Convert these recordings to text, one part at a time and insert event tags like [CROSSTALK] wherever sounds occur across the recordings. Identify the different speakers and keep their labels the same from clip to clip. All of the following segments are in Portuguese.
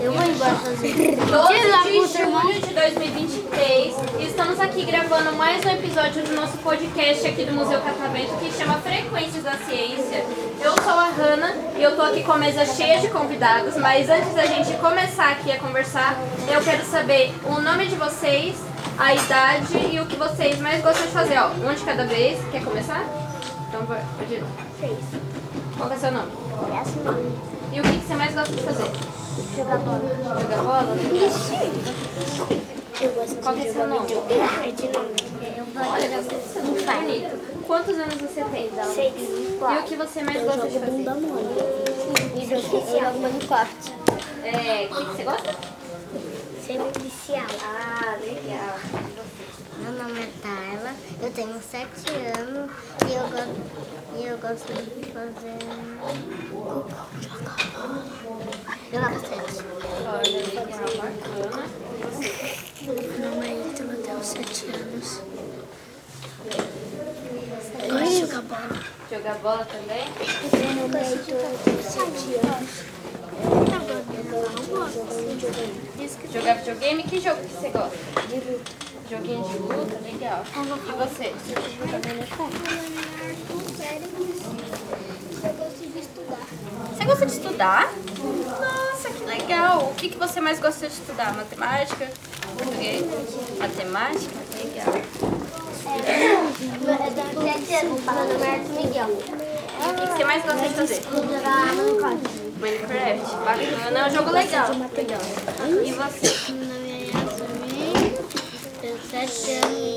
Speaker 1: Eu vou embora sozinho.
Speaker 2: 12 de junho de 2023, estamos aqui gravando mais um episódio do nosso podcast aqui do Museu Catavento que chama Frequências da Ciência. Eu sou a Hanna e eu tô aqui com a mesa cheia de convidados, mas antes da gente começar aqui a conversar, eu quero saber o nome de vocês, a idade e o que vocês mais gostam de fazer. Ó, um de cada vez. Quer começar? Então vai, pode ir.
Speaker 1: Seis.
Speaker 2: Qual que é o seu nome?
Speaker 1: Yasmin.
Speaker 2: E o que que você mais gosta de fazer?
Speaker 1: Jogar bola.
Speaker 2: Jogar bola?
Speaker 1: Eu gosto de
Speaker 2: Qual que é seu nome?
Speaker 1: Eu gosto
Speaker 2: Olha, você você é muito bonito. Quantos anos você tem?
Speaker 1: de
Speaker 2: Dalva?
Speaker 1: seis.
Speaker 2: E o que você mais gosta de fazer?
Speaker 1: mole. Eu jogo Minecraft.
Speaker 2: É, o que que você gosta?
Speaker 1: Sendo policial.
Speaker 2: Ah, legal.
Speaker 1: Meu nome é Tayla, eu tenho 7 anos e eu, go- e eu gosto de fazer. Jogar basquete.
Speaker 2: Olha, legal, bacana. E você?
Speaker 1: Meu nome é Ítalo, eu tenho 7 anos. Eu gosto de jogar bola.
Speaker 2: Jogar bola também?
Speaker 1: Meu nome é Ítalo, eu tenho 7 anos. Eu gosto de jogar bola.
Speaker 2: Jogar videogame? Que jogo que você gosta? Joguinho de luta, legal. E você?
Speaker 1: Eu gosto de estudar.
Speaker 2: Você gosta de estudar? Nossa, que legal. O que, que você mais gosta de estudar? Matemática? Português? Matemática? Legal.
Speaker 1: Meu eu tenho sete anos, meu nome é Arthur Miguel.
Speaker 2: E o que que você mais gosta de fazer?
Speaker 1: Vou jogar Minecraft.
Speaker 2: Minecraft, bacana, é um jogo legal. Legal. E você?
Speaker 1: Meu nome é Yasmin, tenho sete anos.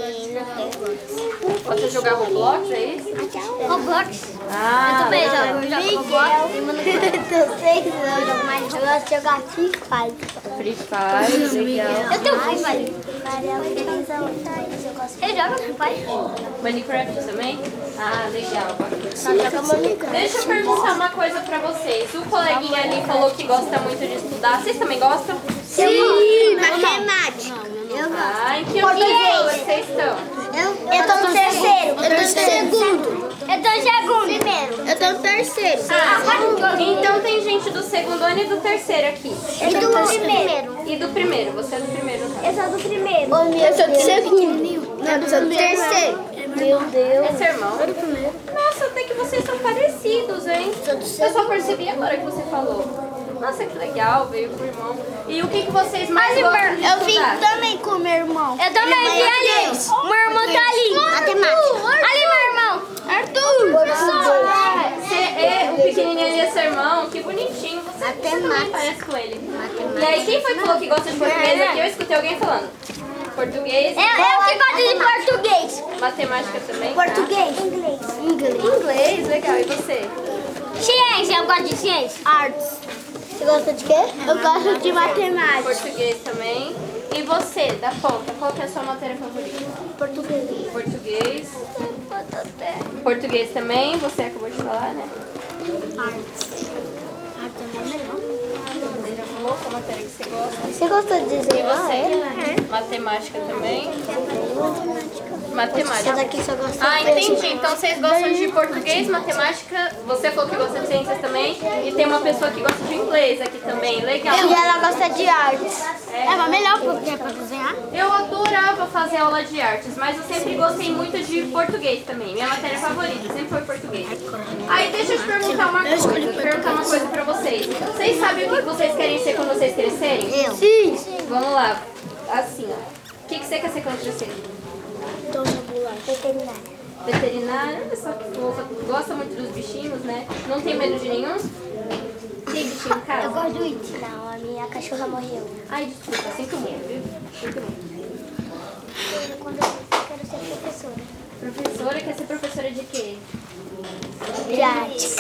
Speaker 2: Você jogar Roblox, é isso?
Speaker 1: Roblox.
Speaker 2: Ah,
Speaker 1: Também jogo, jogo Roblox e Minecraft. Tenho seis anos, mas eu gosto de jogar Free Fire.
Speaker 2: Free Fire, legal.
Speaker 1: Eu tenho Free Fire. Maria Luísa, eu gosto de jogar Free Fire.
Speaker 2: Minecraft também? Ah, legal, bacana.
Speaker 1: Só joga Minecraft.
Speaker 2: Deixa eu perguntar uma coisa pra vocês. O coleguinha ali falou que gosta muito de estudar. Vocês também gostam?
Speaker 1: Sim, matemática. Eu gosto.
Speaker 2: Ah, em que nível vocês estão?
Speaker 1: Eu, tô no terceiro. Eu tô no segundo. Eu tô no segundo. Primeiro. Eu tô no terceiro.
Speaker 2: Ah, então tem gente do segundo ano e do terceiro aqui.
Speaker 1: Eu tô no primeiro.
Speaker 2: E do primeiro, você é do primeiro. no caso.
Speaker 1: Eu sou do primeiro. eu sou do segundo. Não, eu sou do terceiro. Meu Deus.
Speaker 2: É seu irmão?
Speaker 1: do primeiro.
Speaker 2: Nossa, até que vocês são parecidos, hein? Eu só percebi agora que você falou. Nossa, que legal, veio com o irmão. E o que, que vocês mais gostam de estudar?
Speaker 1: também com meu irmão. Eu
Speaker 3: também vim ali.
Speaker 1: Meu irmão tá ali. Matemática. Ali, meu irmão. Arthur.
Speaker 2: Ah, você é o pequenininho ali é seu irmão, que bonitinho. Você, você também
Speaker 1: Matemática.
Speaker 2: parece com ele. E aí, quem foi que falou que gosta de português aqui? Eu escutei alguém falando. Português,
Speaker 1: É, que gosto de português.
Speaker 2: matemática também. tá?
Speaker 1: Português. Inglês. Inglês.
Speaker 2: Inglês, legal. E você?
Speaker 1: Ciência, eu gosto de ciência. Artes. Você gosta de quê? Eu gosto de matemática.
Speaker 2: Português também. E você, da ponta, qual que é a sua matéria favorita?
Speaker 1: Português.
Speaker 2: Português. Português também, você acabou de falar, né?
Speaker 1: Artes. Artes é
Speaker 2: Você já falou qual matéria que você gosta.
Speaker 1: Você gosta de
Speaker 2: E
Speaker 1: desenhar? É.
Speaker 2: você? Matemática também.
Speaker 1: Essa
Speaker 2: é? Matemática.
Speaker 1: daqui só gosta
Speaker 2: Ah,
Speaker 1: de
Speaker 2: entendi. Então vocês gostam de português, matemática. Você falou que gosta de ciências também. E tem uma pessoa que gosta de inglês aqui também. Legal.
Speaker 1: E ela gosta de artes. É, mas melhor porque é pra desenhar.
Speaker 2: Eu adorava fazer aula de artes, mas eu sempre gostei muito de português também. Minha matéria favorita sempre foi português. Aí deixa eu te perguntar uma coisa, perguntar uma coisa pra vocês. Vocês sabem o que vocês querem ser quando vocês crescerem?
Speaker 1: Eu? Sim.
Speaker 2: Vamos lá, assim, ó. O que, que você quer ser quando crescer?
Speaker 1: Então, veterinária.
Speaker 2: Veterinária, pessoa que fofa, gosta muito dos bichinhos, né? Não tem medo de nenhum? Tem bichinho em
Speaker 1: Eu
Speaker 2: casa?
Speaker 1: gosto do It. Não, a minha cachorra morreu.
Speaker 2: Ai, desculpa, sinto muito, viu? Sinto muito.
Speaker 1: Quando eu quero ser professora.
Speaker 2: Professora, quer ser professora de quê?
Speaker 1: De artes.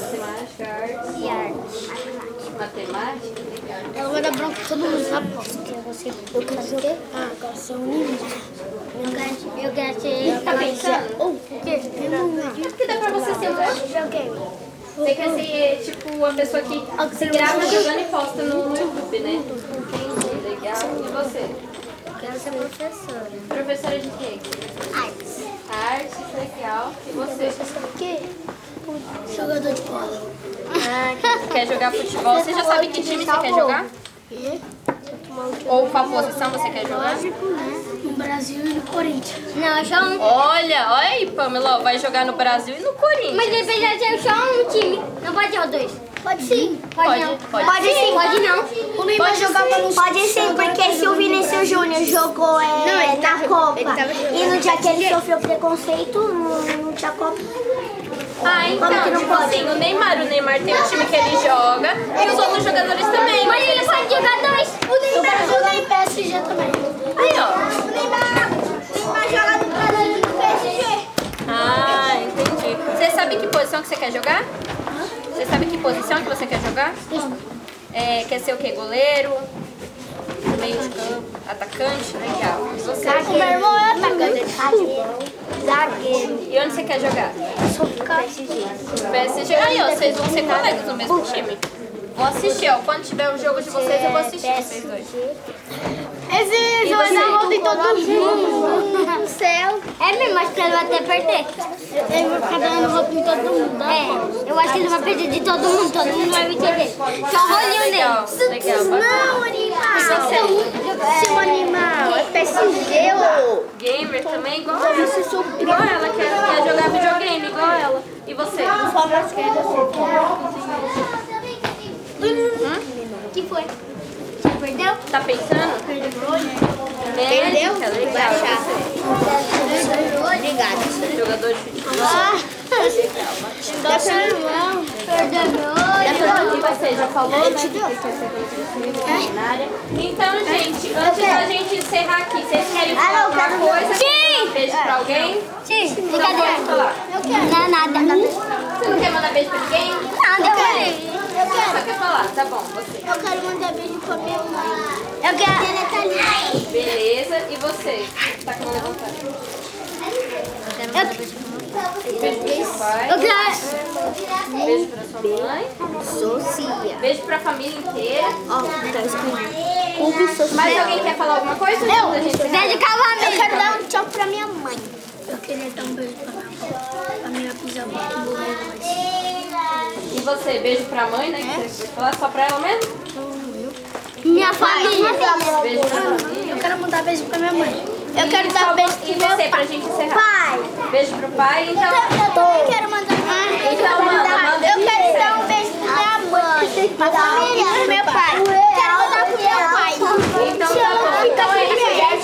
Speaker 2: Matemática, artes,
Speaker 1: De artes. Matemática.
Speaker 2: matemática, legal.
Speaker 1: Ela vai dar bronca todo mundo, sabe? Porque você. Eu quero ser o quê? Ah, eu quero ser um ninja. Eu quero, eu quero ser.
Speaker 2: Tá pensando?
Speaker 1: Oh, o quê? Eu
Speaker 2: É Porque dá pra você ser um monte.
Speaker 1: Joguei.
Speaker 2: Você quer ser tipo uma pessoa que se grava jogando e posta no YouTube, né? Entendi, legal. E você?
Speaker 1: Eu quero ser professora.
Speaker 2: Professora de quê?
Speaker 1: Artes.
Speaker 2: Artes, legal. E você?
Speaker 1: Que? Jogador de bola.
Speaker 2: Quer jogar futebol? Você já sabe que time você quer jogar? Ou qual posição você quer jogar?
Speaker 1: né? No Brasil e no Corinthians. Não, só um.
Speaker 2: Olha, olha aí, Pamela, ó, vai jogar no Brasil e no Corinthians.
Speaker 1: Mas depois já tem só um time. Não pode ter os dois. Pode sim. Pode,
Speaker 2: Pode,
Speaker 1: não.
Speaker 2: pode.
Speaker 1: sim. Pode não. O Luiz
Speaker 2: vai jogar
Speaker 1: pelo Pode sim, porque se o Vinícius Júnior jogou é, na Copa e no dia que ele sofreu preconceito, não, não tinha Copa.
Speaker 2: Ah, então,
Speaker 1: Como que não
Speaker 2: tipo
Speaker 1: pode?
Speaker 2: assim, o Neymar, o Neymar tem um time que ele joga e os outros jogadores também. Mas ele pode jogar dois.
Speaker 1: O Neymar joga em PSG também.
Speaker 2: Aí, ó.
Speaker 1: O Neymar, joga no Brasil do PSG.
Speaker 2: Ah, entendi. Você sabe que posição que você quer jogar? Você sabe que posição que você quer jogar? É, quer ser o quê? Goleiro? Meio de campo? Atacante? Legal. E você?
Speaker 1: O meu irmão é atacante. Zagueiro.
Speaker 2: E onde você quer jogar?
Speaker 1: Sou PSG.
Speaker 2: PSG. Aí, ó, vocês vão ser colegas no mesmo time. Vou assistir, ó. Quando tiver um jogo de vocês, eu vou
Speaker 1: é
Speaker 2: assistir vocês dois.
Speaker 1: Esse
Speaker 2: jogo é
Speaker 1: roda em todo mundo. No [LAUGHS] céu. É mesmo, acho que ele vai até perder. Ele vai ficar dando roda em todo mundo. É, eu acho que ele vai perder de todo mundo. Todo mundo vai me querer. Só o rolinho
Speaker 2: Legal,
Speaker 1: dele.
Speaker 2: legal, bacana.
Speaker 1: animal. Seu animal. É PSG ou...
Speaker 2: Gamer também, igual ela. Igual ela, quer, quer jogar videogame, igual ela. E você? Tá
Speaker 1: Só basquete. O que foi? Você perdeu?
Speaker 2: Tá pensando? Médica, legal.
Speaker 1: Obrigada.
Speaker 2: Jogador de futebol.
Speaker 1: Dá seu irmão. Perdeu meu
Speaker 2: E você já falou, né? Então, gente, antes da gente encerrar aqui, vocês querem falar
Speaker 1: Ah, não,
Speaker 2: alguma
Speaker 1: quero
Speaker 2: coisa?
Speaker 1: não. Sim! É.
Speaker 2: Beijo pra alguém?
Speaker 1: Sim,
Speaker 2: Não
Speaker 1: brincadeira.
Speaker 2: pode falar.
Speaker 1: Eu quero. Não, nada. Nada,
Speaker 2: Você não quer mandar beijo pra ninguém?
Speaker 1: eu quero. Eu
Speaker 2: Só quer falar, tá bom, você.
Speaker 1: Eu quero mandar beijo pra minha mãe. tá Eu quero.
Speaker 2: Beleza, e você? Tá com a mão levantada. Beijo pro seu pai,
Speaker 1: Eu tá Um quero.
Speaker 2: beijo pra sua mãe,
Speaker 1: Socia.
Speaker 2: beijo pra família inteira.
Speaker 1: Ó, tá escrito. Clube Socia.
Speaker 2: Mais alguém quer falar alguma coisa?
Speaker 1: Eu,
Speaker 2: Antes da gente encerrar?
Speaker 1: beijo calma, Eu quero dar um tchau pra minha mãe. Eu queria dar um beijo pra minha mãe. A minha bisavó que morreu hoje.
Speaker 2: E você, beijo pra mãe, né? Que
Speaker 1: É.
Speaker 2: você vai falar só pra ela mesmo?
Speaker 1: Minha família.
Speaker 2: Beijo pra família.
Speaker 1: Eu quero mandar beijo pra minha mãe. Eu
Speaker 2: E
Speaker 1: quero dar um
Speaker 2: só
Speaker 1: beijo
Speaker 2: vo-
Speaker 1: pro
Speaker 2: E
Speaker 1: meu
Speaker 2: você, pra gente encerrar.
Speaker 1: pai.
Speaker 2: Beijo pro pai, então.
Speaker 1: Eu também quero mandar um beijo
Speaker 2: Então,
Speaker 1: pra
Speaker 2: manda,
Speaker 1: minha
Speaker 2: manda
Speaker 1: mãe. Eu
Speaker 2: aí.
Speaker 1: quero dar um beijo pra minha mãe. Pra família. Pro meu pai. Quero mandar pro meu pai.
Speaker 2: Então tá bom. Então é isso, gente.